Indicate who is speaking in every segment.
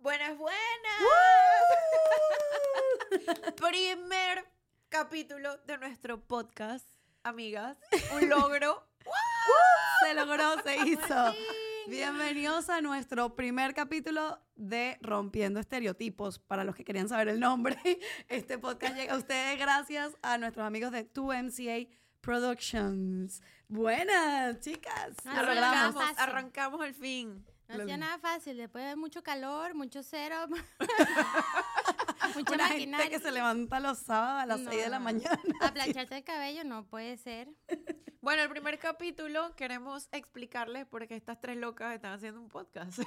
Speaker 1: noches buenas. Primer capítulo de nuestro podcast, amigas. Un logro.
Speaker 2: Se logró, se hizo.
Speaker 1: Marica.
Speaker 2: Bienvenidos a nuestro primer capítulo de Rompiendo Estereotipos. Para los que querían saber el nombre, este podcast llega a ustedes gracias a nuestros amigos de 2MCA Productions. Buenas, chicas.
Speaker 3: Lo
Speaker 2: Lo logramos.
Speaker 1: Arrancamos, arrancamos el fin.
Speaker 3: No hacía
Speaker 2: Lo-
Speaker 3: nada fácil, después de mucho calor, mucho cero, mucha
Speaker 2: Una gente
Speaker 3: maquinaria.
Speaker 2: que se levanta los sábados a las 6 de la
Speaker 3: No,
Speaker 2: mañana.
Speaker 3: A plancharte el cabello no puede ser.
Speaker 1: Bueno, el primer capítulo queremos explicarles por qué estas tres locas están haciendo un podcast.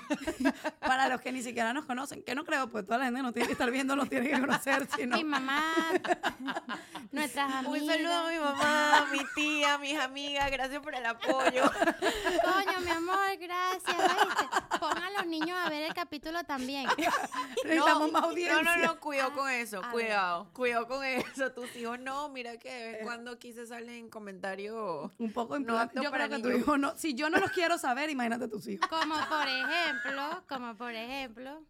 Speaker 2: Para los que ni siquiera nos conocen, que no creo, pues toda la gente nos tiene que estar viendo, nos tiene que conocer, sino
Speaker 3: Mi mamá, nuestras
Speaker 2: Ah,
Speaker 3: amigas.
Speaker 1: Un saludo a mi mamá, a mi tía, a mis amigas. Gracias por el apoyo.
Speaker 3: Coño, mi amor, gracias. ¿oíste? Pongan a los niños a ver el capítulo también.
Speaker 2: necesitamos más audiencia. Ah,
Speaker 1: No, no, no, cuidado con eso,
Speaker 3: a ver.
Speaker 1: cuidado, cuidado con eso. Tus hijos no, mira que de
Speaker 2: Eh.
Speaker 1: vez en cuando quise salen comentarios.
Speaker 2: Un poco en
Speaker 1: No
Speaker 2: plan,
Speaker 1: apto
Speaker 2: yo
Speaker 1: para
Speaker 2: creo que tu
Speaker 1: niños.
Speaker 2: hijo no. Si yo no los quiero saber, imagínate a tus hijos.
Speaker 3: Como por ejemplo, como por ejemplo,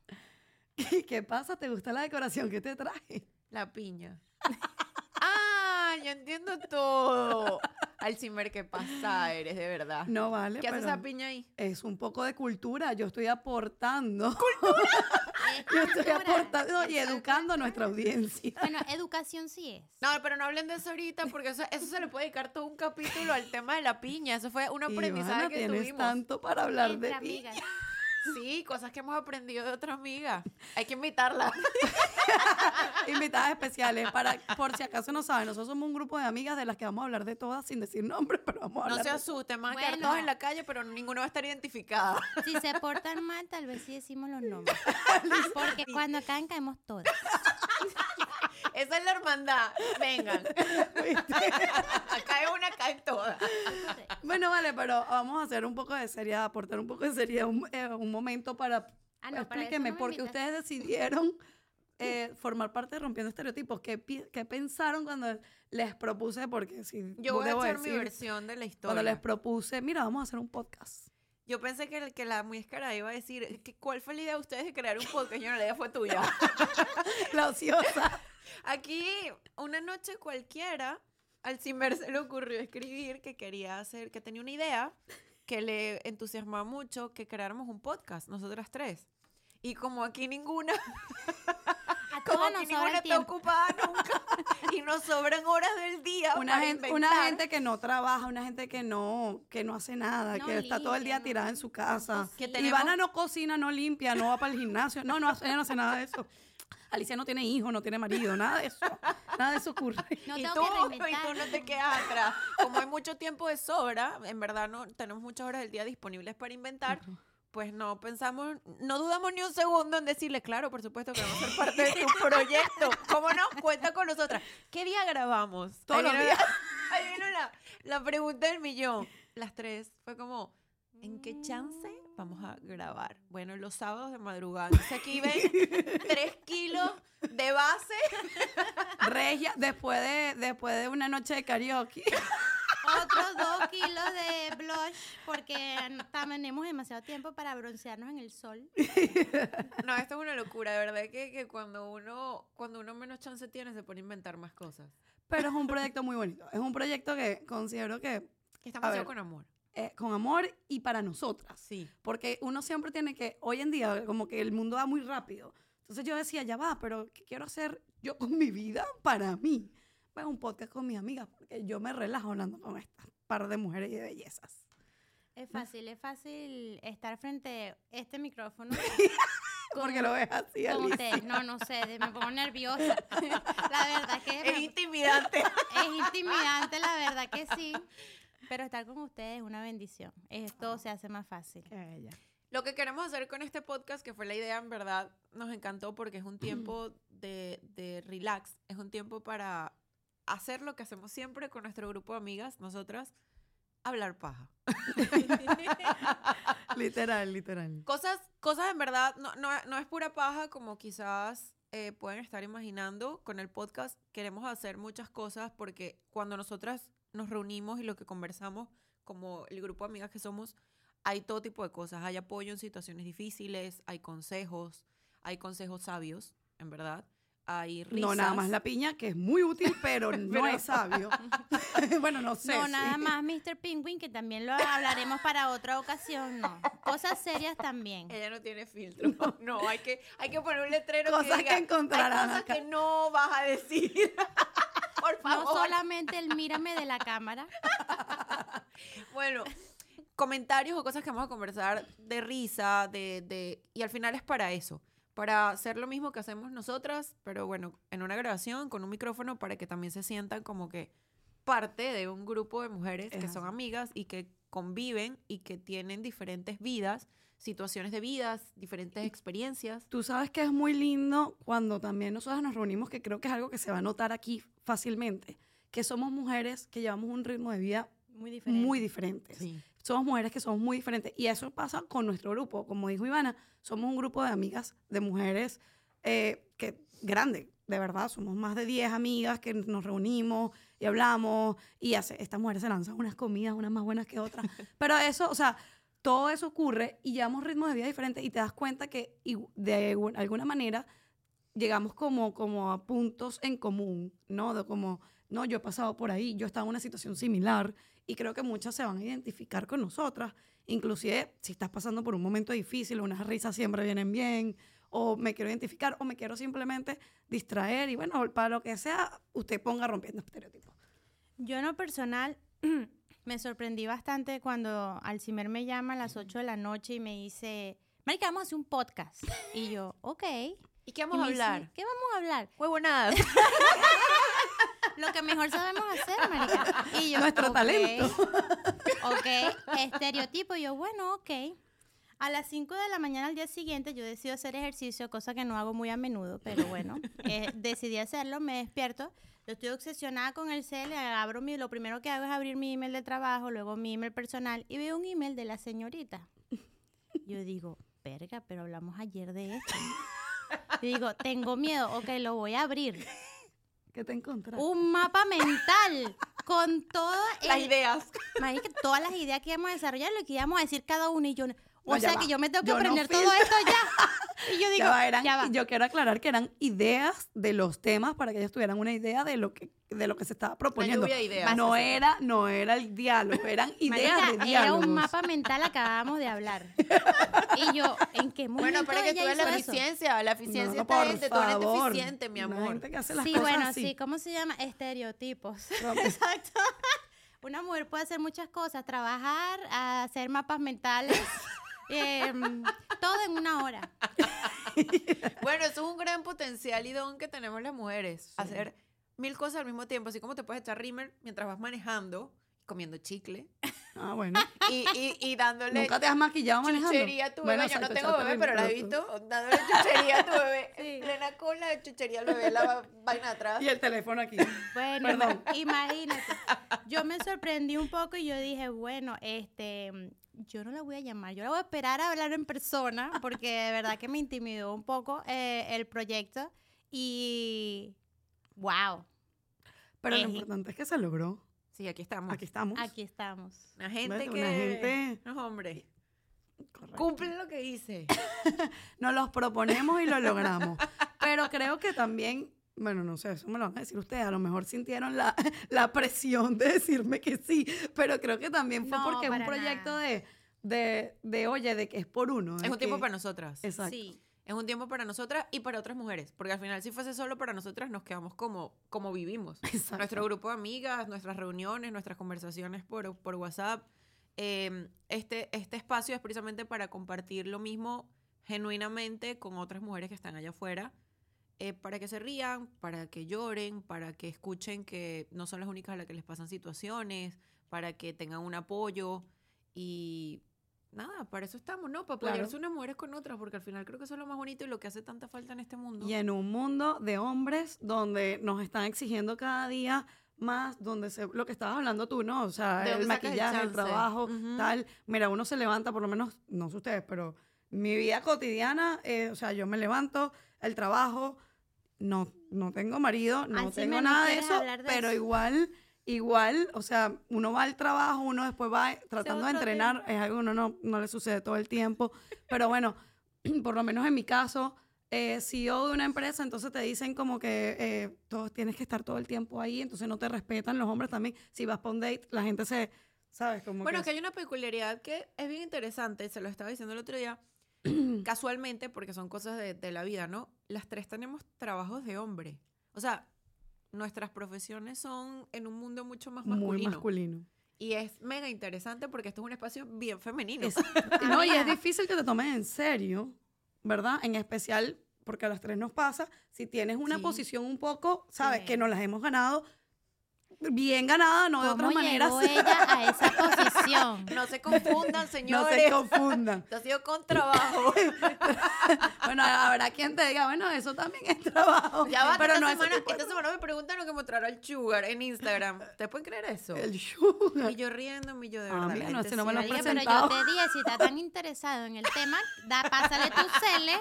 Speaker 2: ¿Qué, qué pasa? ¿Te gusta la decoración que te traje?
Speaker 1: La piña. ah, ya entiendo todo. Alzheimer, qué pasa eres, de verdad.
Speaker 2: No vale.
Speaker 1: ¿Qué hace
Speaker 2: pero
Speaker 1: esa piña ahí?
Speaker 2: Es un poco de cultura. Yo estoy aportando.
Speaker 3: es
Speaker 2: Yo estoy
Speaker 3: cultura.
Speaker 2: aportando y
Speaker 3: Eso es
Speaker 2: educando a nuestra
Speaker 3: cultura.
Speaker 2: audiencia.
Speaker 3: Bueno, educación sí es.
Speaker 1: No, pero no hablen de eso ahorita porque eso, eso se le puede dedicar todo un capítulo al tema de la piña. Eso fue un aprendizaje
Speaker 2: Ivana,
Speaker 1: que
Speaker 2: tienes
Speaker 1: tuvimos.
Speaker 2: tanto para hablar
Speaker 3: Entre
Speaker 2: de ti.
Speaker 3: amigas.
Speaker 1: Sí, cosas que hemos aprendido de otra amiga. Hay que invitarla.
Speaker 2: Invitadas especiales. Para, por si acaso no saben, nosotros somos un grupo de amigas de las que vamos a hablar de todas sin decir nombres, pero vamos a hablar.
Speaker 1: No se
Speaker 2: de-
Speaker 1: asusten, van a quedar
Speaker 3: Bueno.
Speaker 1: todos en la calle, pero ninguno va a estar identificado.
Speaker 3: Si se portan mal, tal vez sí decimos los nombres. Porque cuando caen, caemos todas.
Speaker 1: Esa es la hermandad. Vengan. Acá es una, acá es toda.
Speaker 2: Bueno, vale, pero vamos a hacer un poco de seriedad, aportar un poco de seriedad, un, eh, un momento para...
Speaker 3: Ah, no, para
Speaker 2: Pues explíqueme,
Speaker 3: eso no me
Speaker 2: porque
Speaker 3: invitas.
Speaker 2: ustedes decidieron eh, formar parte de Rompiendo Estereotipos. ¿Qué, pi- qué pensaron cuando les propuse? Porque si
Speaker 1: Yo voy a
Speaker 2: debo
Speaker 1: echar mi
Speaker 2: decir,
Speaker 1: versión de la
Speaker 2: Cuando les
Speaker 1: historia.
Speaker 2: propuse, mira, vamos a hacer un podcast.
Speaker 1: Yo pensé que, el- que la muescara iba a decir, que, ¿cuál fue la idea de ustedes de crear un podcast? Yo no, la idea fue tuya.
Speaker 2: La ociosa.
Speaker 1: Aquí, una noche cualquiera, al Cimer se le ocurrió escribir que quería hacer, que tenía una idea que le entusiasmaba mucho que creáramos un podcast, nosotras tres. Y como aquí ninguna,
Speaker 3: A
Speaker 1: como aquí
Speaker 3: todas nos
Speaker 1: ninguna
Speaker 3: sobra el
Speaker 1: está
Speaker 3: tiempo.
Speaker 1: ocupada nunca y nos sobran horas del día
Speaker 2: Una
Speaker 1: para
Speaker 2: gente, una
Speaker 1: inventar.
Speaker 2: gente que no trabaja, una gente que no, que no hace nada,
Speaker 3: No
Speaker 2: que está todo el día
Speaker 3: limpia, no-
Speaker 2: tirada en su casa.
Speaker 1: Que tenemos-
Speaker 2: Ivana no cocina, no limpia, no va para el gimnasio, no, no hace, ella no hace nada de eso. Alicia no tiene hijo, no tiene marido, nada de eso. Nada de eso ocurre.
Speaker 3: No
Speaker 1: y
Speaker 3: tengo
Speaker 1: tú,
Speaker 3: que
Speaker 1: y tú no
Speaker 3: reinventar.
Speaker 1: te quedas atrás. Como hay mucho tiempo de sobra, en verdad no tenemos muchas horas del día disponibles para inventar. Pues no pensamos, no dudamos ni un segundo en decirle, claro, por supuesto que vamos a ser parte de tu proyecto. ¿Cómo no? Cuenta con nosotras. ¿Qué día grabamos?
Speaker 2: Todos
Speaker 1: Ahí
Speaker 2: los
Speaker 1: vino
Speaker 2: días.
Speaker 1: La, ahí vino la, la pregunta del millón. Las tres. Fue como, ¿en qué chance vamos a grabar? Bueno, los sábados de madrugada. Entonces aquí ven tres kilos de base.
Speaker 2: Regia, después de, después de una noche de karaoke,
Speaker 3: Otros dos kilos de blush porque no- tenemos demasiado tiempo para broncearnos en el sol.
Speaker 1: No, esto es una locura, de verdad que, que cuando uno cuando uno menos chance tiene se pone a inventar más cosas.
Speaker 2: pero es un proyecto muy bonito. Es un proyecto que considero que
Speaker 1: Que estamos
Speaker 2: A
Speaker 1: haciendo
Speaker 2: ver.
Speaker 1: con amor.
Speaker 2: eh, con amor y para nosotras.
Speaker 1: Sí.
Speaker 2: Porque uno siempre tiene que, hoy en día, como que el mundo va muy rápido. Entonces yo decía, ya va, pero ¿qué quiero hacer yo con mi vida para mí? Bueno, un podcast con mis amigas, porque yo me relajo hablando con estas par de mujeres y de bellezas.
Speaker 3: Es fácil, es fácil estar frente a este micrófono.
Speaker 2: Porque lo ves así,
Speaker 3: con
Speaker 2: Alicia.
Speaker 3: ustedes. No, no sé, de- me pongo nerviosa. La verdad que
Speaker 1: Es
Speaker 3: me-
Speaker 1: intimidante.
Speaker 3: es intimidante, la verdad que sí. Pero estar con ustedes es una bendición. Esto se hace más fácil.
Speaker 2: Qué bella.
Speaker 1: Lo que queremos hacer con este podcast, que fue la idea, en verdad, nos encantó porque es un tiempo de, de relax, es un tiempo para hacer lo que hacemos siempre con nuestro grupo de amigas, nosotras, hablar paja.
Speaker 2: Literal, literal.
Speaker 1: Cosas, cosas en verdad, no, no, no es pura paja como quizás eh, pueden estar imaginando. Con el podcast queremos hacer muchas cosas porque cuando nosotras nos reunimos y lo que conversamos, como el grupo de amigas que somos, hay todo tipo de cosas. Hay apoyo en situaciones difíciles, hay consejos, hay consejos sabios, en verdad. Hay risas.
Speaker 2: No, nada más la piña, que es muy útil, pero no
Speaker 1: Pero-
Speaker 2: es sabio. bueno, no sé.
Speaker 3: no,
Speaker 2: sí.
Speaker 3: nada más Mr. Penguin, que también lo hablaremos para otra ocasión, no. Cosas serias también.
Speaker 1: Ella no tiene filtro. No, hay, que, hay que poner un letrero
Speaker 2: Cosas
Speaker 1: que diga,
Speaker 2: que encontrarán
Speaker 1: Hay cosas
Speaker 2: acá".
Speaker 1: que no vas a decir. Por
Speaker 3: No
Speaker 1: favor.
Speaker 3: solamente el mírame de la cámara.
Speaker 1: Bueno, comentarios o cosas que vamos a conversar de risa, de, de... Y al final es para eso. Para hacer lo mismo que hacemos nosotras, pero bueno, en una grabación, con un micrófono, para que también se sientan como que parte de un grupo de mujeres
Speaker 2: Es
Speaker 1: que son
Speaker 2: así.
Speaker 1: amigas y que conviven y que tienen diferentes vidas, situaciones de vidas, diferentes experiencias.
Speaker 2: Tú sabes que es muy lindo cuando también nosotras nos reunimos, que creo que es algo que se va a notar aquí fácilmente, que somos mujeres que llevamos un ritmo de vida
Speaker 3: Muy diferente.
Speaker 2: muy diferente. Somos mujeres que somos muy diferentes. Y eso pasa con nuestro grupo. Como dijo Ivana, somos un grupo de amigas, de mujeres, eh, que grande, de verdad. Somos más de 10 amigas que nos reunimos y hablamos. Y hace, estas mujeres se lanzan unas comidas, unas más buenas que otras. Pero eso, o sea, todo eso ocurre y llevamos ritmos de vida diferentes y te das cuenta que igu- de algu- alguna manera llegamos como, como a puntos en común, ¿no? De como, no, yo he pasado por ahí, yo estaba en una situación similar y creo que muchas se van a identificar con nosotras. Inclusive, si estás pasando por un momento difícil, unas risas siempre vienen bien, o me quiero identificar, o me quiero simplemente distraer y bueno, para lo que sea, usted ponga rompiendo estereotipos.
Speaker 3: Yo en lo personal me sorprendí bastante cuando Alcimer me llama a las 8 de la noche y me dice, Marica, vamos a hacer un podcast. Y yo, ok. Y
Speaker 1: ¿Y qué vamos a
Speaker 3: me dice,
Speaker 1: hablar?
Speaker 3: ¿Qué vamos a hablar?
Speaker 1: Huevonadas.
Speaker 3: Lo que mejor sabemos hacer, Marica. Y yo,
Speaker 2: Nuestro
Speaker 3: "Ok".
Speaker 2: talento.
Speaker 3: Ok, estereotipo. Y yo, bueno, ok. A las 5 de la mañana al día siguiente yo decido hacer ejercicio, cosa que no hago muy a menudo, pero bueno, eh, decidí hacerlo, me despierto. Yo estoy obsesionada con el cel, abro mi, lo primero que hago es abrir mi email de trabajo, luego mi email personal y veo un email de la señorita. Yo digo, verga, pero hablamos ayer de esto. Y digo, tengo miedo, ok, lo voy a abrir.
Speaker 2: ¿Qué te encontraste?
Speaker 3: Un mapa mental con todo
Speaker 1: Las
Speaker 2: Eh,
Speaker 3: el,
Speaker 1: ideas.
Speaker 3: Marica, todas las ideas que íbamos a desarrollar, lo que íbamos a decir cada uno y yo. O
Speaker 2: No, ya
Speaker 3: sea
Speaker 2: va.
Speaker 3: que yo me tengo que
Speaker 2: Yo no
Speaker 3: aprender todo
Speaker 2: filtro.
Speaker 3: esto ya. Y yo digo,
Speaker 2: Ya va, eran-
Speaker 3: ya va.
Speaker 2: y Yo quiero aclarar que eran ideas de los temas para que ellos tuvieran una idea de lo que, de lo que se estaba proponiendo.
Speaker 1: lluvia de ideas.
Speaker 2: No era, no era el diálogo, eran ideas
Speaker 3: Marica,
Speaker 2: de
Speaker 3: era
Speaker 2: diálogo.
Speaker 3: un mapa mental acabábamos de hablar. Y yo, ¿en qué
Speaker 1: Bueno,
Speaker 3: momento
Speaker 1: pero es que
Speaker 3: ella
Speaker 1: tú ves la
Speaker 3: hizo eso?
Speaker 1: eficiencia. La eficiencia
Speaker 2: No,
Speaker 1: está
Speaker 2: por
Speaker 1: gente. Tú eres
Speaker 2: favor.
Speaker 1: deficiente, mi
Speaker 2: Una
Speaker 1: amor.
Speaker 2: gente que hace las
Speaker 3: Sí,
Speaker 2: cosas
Speaker 3: bueno,
Speaker 2: así.
Speaker 3: sí, ¿cómo se llama? Estereotipos.
Speaker 2: Rompe.
Speaker 3: Exacto. Una mujer puede hacer muchas cosas, trabajar, hacer mapas mentales, em, todo en una hora.
Speaker 1: Bueno, eso es un gran potencial y don que tenemos las mujeres. Hacer mil cosas al mismo tiempo. Así como te puedes echar rímel mientras vas manejando, comiendo chicle
Speaker 2: Ah, bueno.
Speaker 1: y, y, y dándole
Speaker 2: Nunca te has maquillado manejando.
Speaker 1: chuchería a tu bebé. Yo
Speaker 2: exacto,
Speaker 1: no tengo bebé,
Speaker 2: exactamente,
Speaker 1: pero la he
Speaker 2: tú-
Speaker 1: visto dándole chuchería a tu bebé.
Speaker 3: Sí.
Speaker 1: Plena cola de chuchería al bebé, la va- vaina atrás.
Speaker 2: Y el teléfono aquí.
Speaker 3: Bueno,
Speaker 2: Perdón.
Speaker 3: imagínate. Yo me sorprendí un poco y yo dije, bueno, este, yo no la voy a llamar, yo la voy a esperar a hablar en persona porque de verdad que me intimidó un poco eh, el proyecto y wow,
Speaker 2: Pero lo
Speaker 3: Eje.
Speaker 2: importante es que se logró.
Speaker 1: Sí, aquí estamos.
Speaker 2: Aquí estamos.
Speaker 3: aquí estamos.
Speaker 1: Una gente
Speaker 2: Ves,
Speaker 1: que.
Speaker 2: una gente-
Speaker 1: No, hombre.
Speaker 2: Correcto.
Speaker 1: Cumple lo que dice.
Speaker 2: Nos los proponemos y lo logramos. Pero creo que también, bueno, no sé, eso me lo van a decir ustedes. A lo mejor sintieron la, la presión de decirme que sí. Pero creo que también fue
Speaker 3: No,
Speaker 2: porque es un
Speaker 3: para
Speaker 2: proyecto
Speaker 3: nada.
Speaker 2: de, de, de, oye, de que es por uno.
Speaker 1: Es un tiempo para nosotras.
Speaker 2: Exacto.
Speaker 3: Sí,
Speaker 1: Es un tiempo para nosotras y para otras mujeres, porque al final si fuese solo para nosotras nos quedamos como, como vivimos.
Speaker 2: Exacto.
Speaker 1: Nuestro grupo de amigas, nuestras reuniones, nuestras conversaciones por, por WhatsApp. Eh, este, este espacio es precisamente para compartir lo mismo genuinamente con otras mujeres que están allá afuera, eh, para que se rían, para que lloren, para que escuchen que no son las únicas a las que les pasan situaciones, para que tengan un apoyo y nada, para eso estamos, ¿no? Para
Speaker 2: Claro.
Speaker 1: apoyarse unas mujeres con otras, porque al final creo que eso es lo más bonito y lo que hace tanta falta en este mundo.
Speaker 2: Y en un mundo de hombres donde nos están exigiendo cada día más, donde se, lo que estabas hablando tú, ¿no? O sea,
Speaker 1: ¿De
Speaker 2: el
Speaker 1: dónde sacas el
Speaker 2: maquillaje, el,
Speaker 1: chance?
Speaker 2: trabajo,
Speaker 1: Ujú.
Speaker 2: tal. Mira, uno se levanta, por lo menos, no sé ustedes, pero mi vida cotidiana, eh, o sea, yo me levanto, el trabajo, no, no tengo marido, no
Speaker 3: Alzheimer,
Speaker 2: tengo
Speaker 3: ¿no
Speaker 2: nada de
Speaker 3: quieres
Speaker 2: eso,
Speaker 3: hablar de
Speaker 2: pero
Speaker 3: eso?
Speaker 2: igual, igual, o sea, uno va al trabajo, uno después va eh, tratando de
Speaker 3: otro
Speaker 2: entrenar, es algo que uno no, no le sucede todo el tiempo, pero bueno, por lo menos en mi caso, eh, CEO de una empresa, entonces te dicen como que eh, todos tienes que estar todo el tiempo ahí, entonces no te respetan los hombres también. Si vas para un date, la gente se, ¿sabes? Como
Speaker 1: Bueno,
Speaker 2: que
Speaker 1: que hay una peculiaridad que es bien interesante, se lo estaba diciendo el otro día, casualmente, porque son cosas de, de la vida, ¿no? Las tres tenemos trabajos de hombre. O sea, nuestras profesiones son en un mundo mucho más
Speaker 2: muy
Speaker 1: masculino.
Speaker 2: masculino.
Speaker 1: Y es mega interesante porque esto es un espacio bien femenino.
Speaker 2: Es- no, y es difícil que te tomes en serio, ¿verdad? En especial porque a las tres nos pasa, si tienes una
Speaker 1: Sí.
Speaker 2: posición un poco, ¿sabes?
Speaker 3: Sí.
Speaker 2: Que nos las hemos ganado bien ganada, no de
Speaker 3: ¿Cómo
Speaker 2: otras maneras.
Speaker 3: llegó ella a esa posición?
Speaker 1: No se confundan,
Speaker 2: No
Speaker 1: señores.
Speaker 2: se confundan.
Speaker 1: Esto ha sido con trabajo.
Speaker 2: Bueno, habrá quien te diga, bueno, eso también es trabajo.
Speaker 1: Ya va,
Speaker 2: pero
Speaker 1: esta,
Speaker 2: no es
Speaker 1: semana, esta semana me preguntan lo que mostrará el sugar en Instagram. ¿Ustedes pueden creer eso?
Speaker 2: el sugar.
Speaker 1: Y yo riéndome, y yo de
Speaker 2: Ah,
Speaker 1: verdad. la
Speaker 2: mira, no,
Speaker 1: gente
Speaker 2: si no me
Speaker 1: sí
Speaker 2: lo
Speaker 1: es-
Speaker 3: Marica, pero yo
Speaker 2: presentado.
Speaker 3: te dije, si estás tan interesado en el tema, da, pásale tus cele,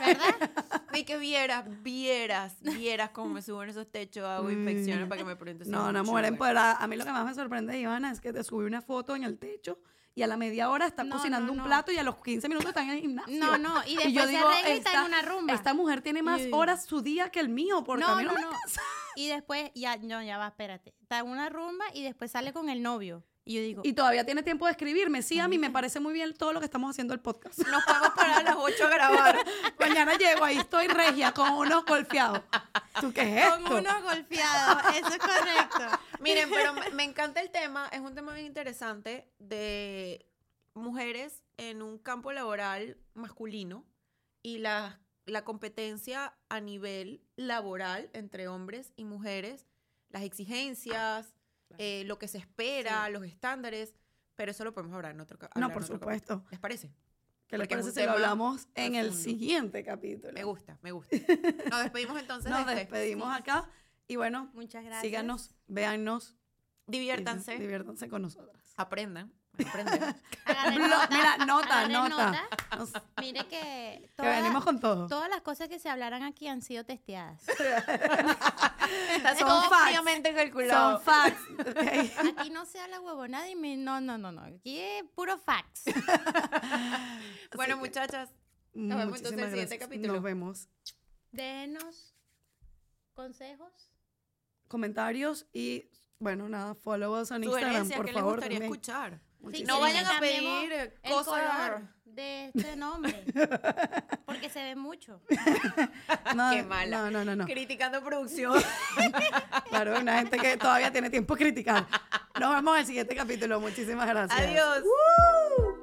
Speaker 3: ¿verdad?
Speaker 1: Y que vieras, vieras, vieras cómo me subo en esos techos, hago inspecciones para que me pregunten. si
Speaker 2: Mm. No,
Speaker 1: hago
Speaker 2: una
Speaker 1: mucho
Speaker 2: mujer
Speaker 1: Uber.
Speaker 2: empoderada. A mí lo que más me sorprende, Ivana, es que te subí una foto en el techo y a la media hora está
Speaker 3: No,
Speaker 2: cocinando
Speaker 3: no,
Speaker 2: un
Speaker 3: no.
Speaker 2: plato y a los 15 minutos está en el gimnasio.
Speaker 3: No, no, y después se arregla y está en una rumba.
Speaker 2: Esta mujer tiene más
Speaker 1: Y-
Speaker 2: horas su día que el mío, porque a
Speaker 3: No,
Speaker 2: mí no,
Speaker 3: no,
Speaker 2: me
Speaker 3: no.
Speaker 2: alcanza.
Speaker 3: Y después, ya, no, ya va, espérate. Está en una rumba y después sale con el novio. Y yo digo,
Speaker 2: Y todavía tiene tiempo de escribirme. Sí, a mí me parece muy bien todo lo que estamos haciendo el podcast.
Speaker 1: Nos vamos para las 8 a grabar.
Speaker 2: Mañana llego, ahí estoy regia con unos golpeados. ¿Tú qué es
Speaker 3: con
Speaker 2: esto?
Speaker 3: unos golpeados, eso es correcto.
Speaker 1: Miren, pero me, me encanta el tema. Es un tema bien interesante de mujeres en un campo laboral masculino y la, la competencia a nivel laboral entre hombres y mujeres, las exigencias, eh, lo que se espera, los estándares. Pero eso lo podemos hablar en otro ca-
Speaker 2: Ah, No,
Speaker 1: hablar en
Speaker 2: por
Speaker 1: otro capítulo.
Speaker 2: supuesto.
Speaker 1: ¿Les parece?
Speaker 2: ¿Qué les
Speaker 1: Porque es
Speaker 2: parece
Speaker 1: un
Speaker 2: si lo
Speaker 1: tema
Speaker 2: hablamos en el
Speaker 1: profundo.
Speaker 2: siguiente capítulo?
Speaker 1: Me gusta, me gusta. Nos despedimos entonces
Speaker 2: Nos
Speaker 1: de este.
Speaker 2: despedimos acá y bueno,
Speaker 3: Muchas gracias.
Speaker 2: síganos, véannos. y
Speaker 1: Diviértanse,
Speaker 2: Diviértanse con nosotras.
Speaker 1: aprendan, aprendan.
Speaker 3: Agarren
Speaker 2: Blo-
Speaker 3: nota,
Speaker 2: mira, nota,
Speaker 3: agarren
Speaker 2: nota. Nos-
Speaker 3: Mire que,
Speaker 2: que venimos
Speaker 3: todas-
Speaker 2: con todo.
Speaker 3: todas las cosas que se hablaran aquí han sido testeadas.
Speaker 1: Está
Speaker 2: Son
Speaker 1: todo
Speaker 2: facts.
Speaker 1: fríamente calculado.
Speaker 2: Son facts. ok.
Speaker 3: Aquí no se habla huevonada y me- no, no, no, no. Aquí es puro fax.
Speaker 1: Bueno,
Speaker 2: Así que
Speaker 1: muchachas, vemos entonces
Speaker 2: muchísimas
Speaker 1: en el siguiente
Speaker 2: gracias.
Speaker 1: capítulo.
Speaker 2: Nos vemos.
Speaker 3: Denos consejos.
Speaker 2: Comentarios y bueno, nada, follow us en Instagram,
Speaker 1: sugerencias
Speaker 2: por
Speaker 1: que les
Speaker 2: favor.
Speaker 1: gustaría
Speaker 2: también.
Speaker 1: escuchar.
Speaker 3: Si
Speaker 2: Muchísimas
Speaker 1: no vayan
Speaker 3: quieren
Speaker 2: gracias.
Speaker 1: a
Speaker 3: que cambiemos
Speaker 1: pedir eh,
Speaker 3: el
Speaker 1: cosas
Speaker 3: color de este nombre. Porque se ve mucho.
Speaker 2: No,
Speaker 1: Qué mala.
Speaker 2: No, no, no, no.
Speaker 1: criticando producción.
Speaker 2: Claro, una gente que todavía tiene tiempo a criticar. Nos vemos en el siguente capítulo. Muchísimas gracias.
Speaker 1: Adiós.
Speaker 2: ¡Woo!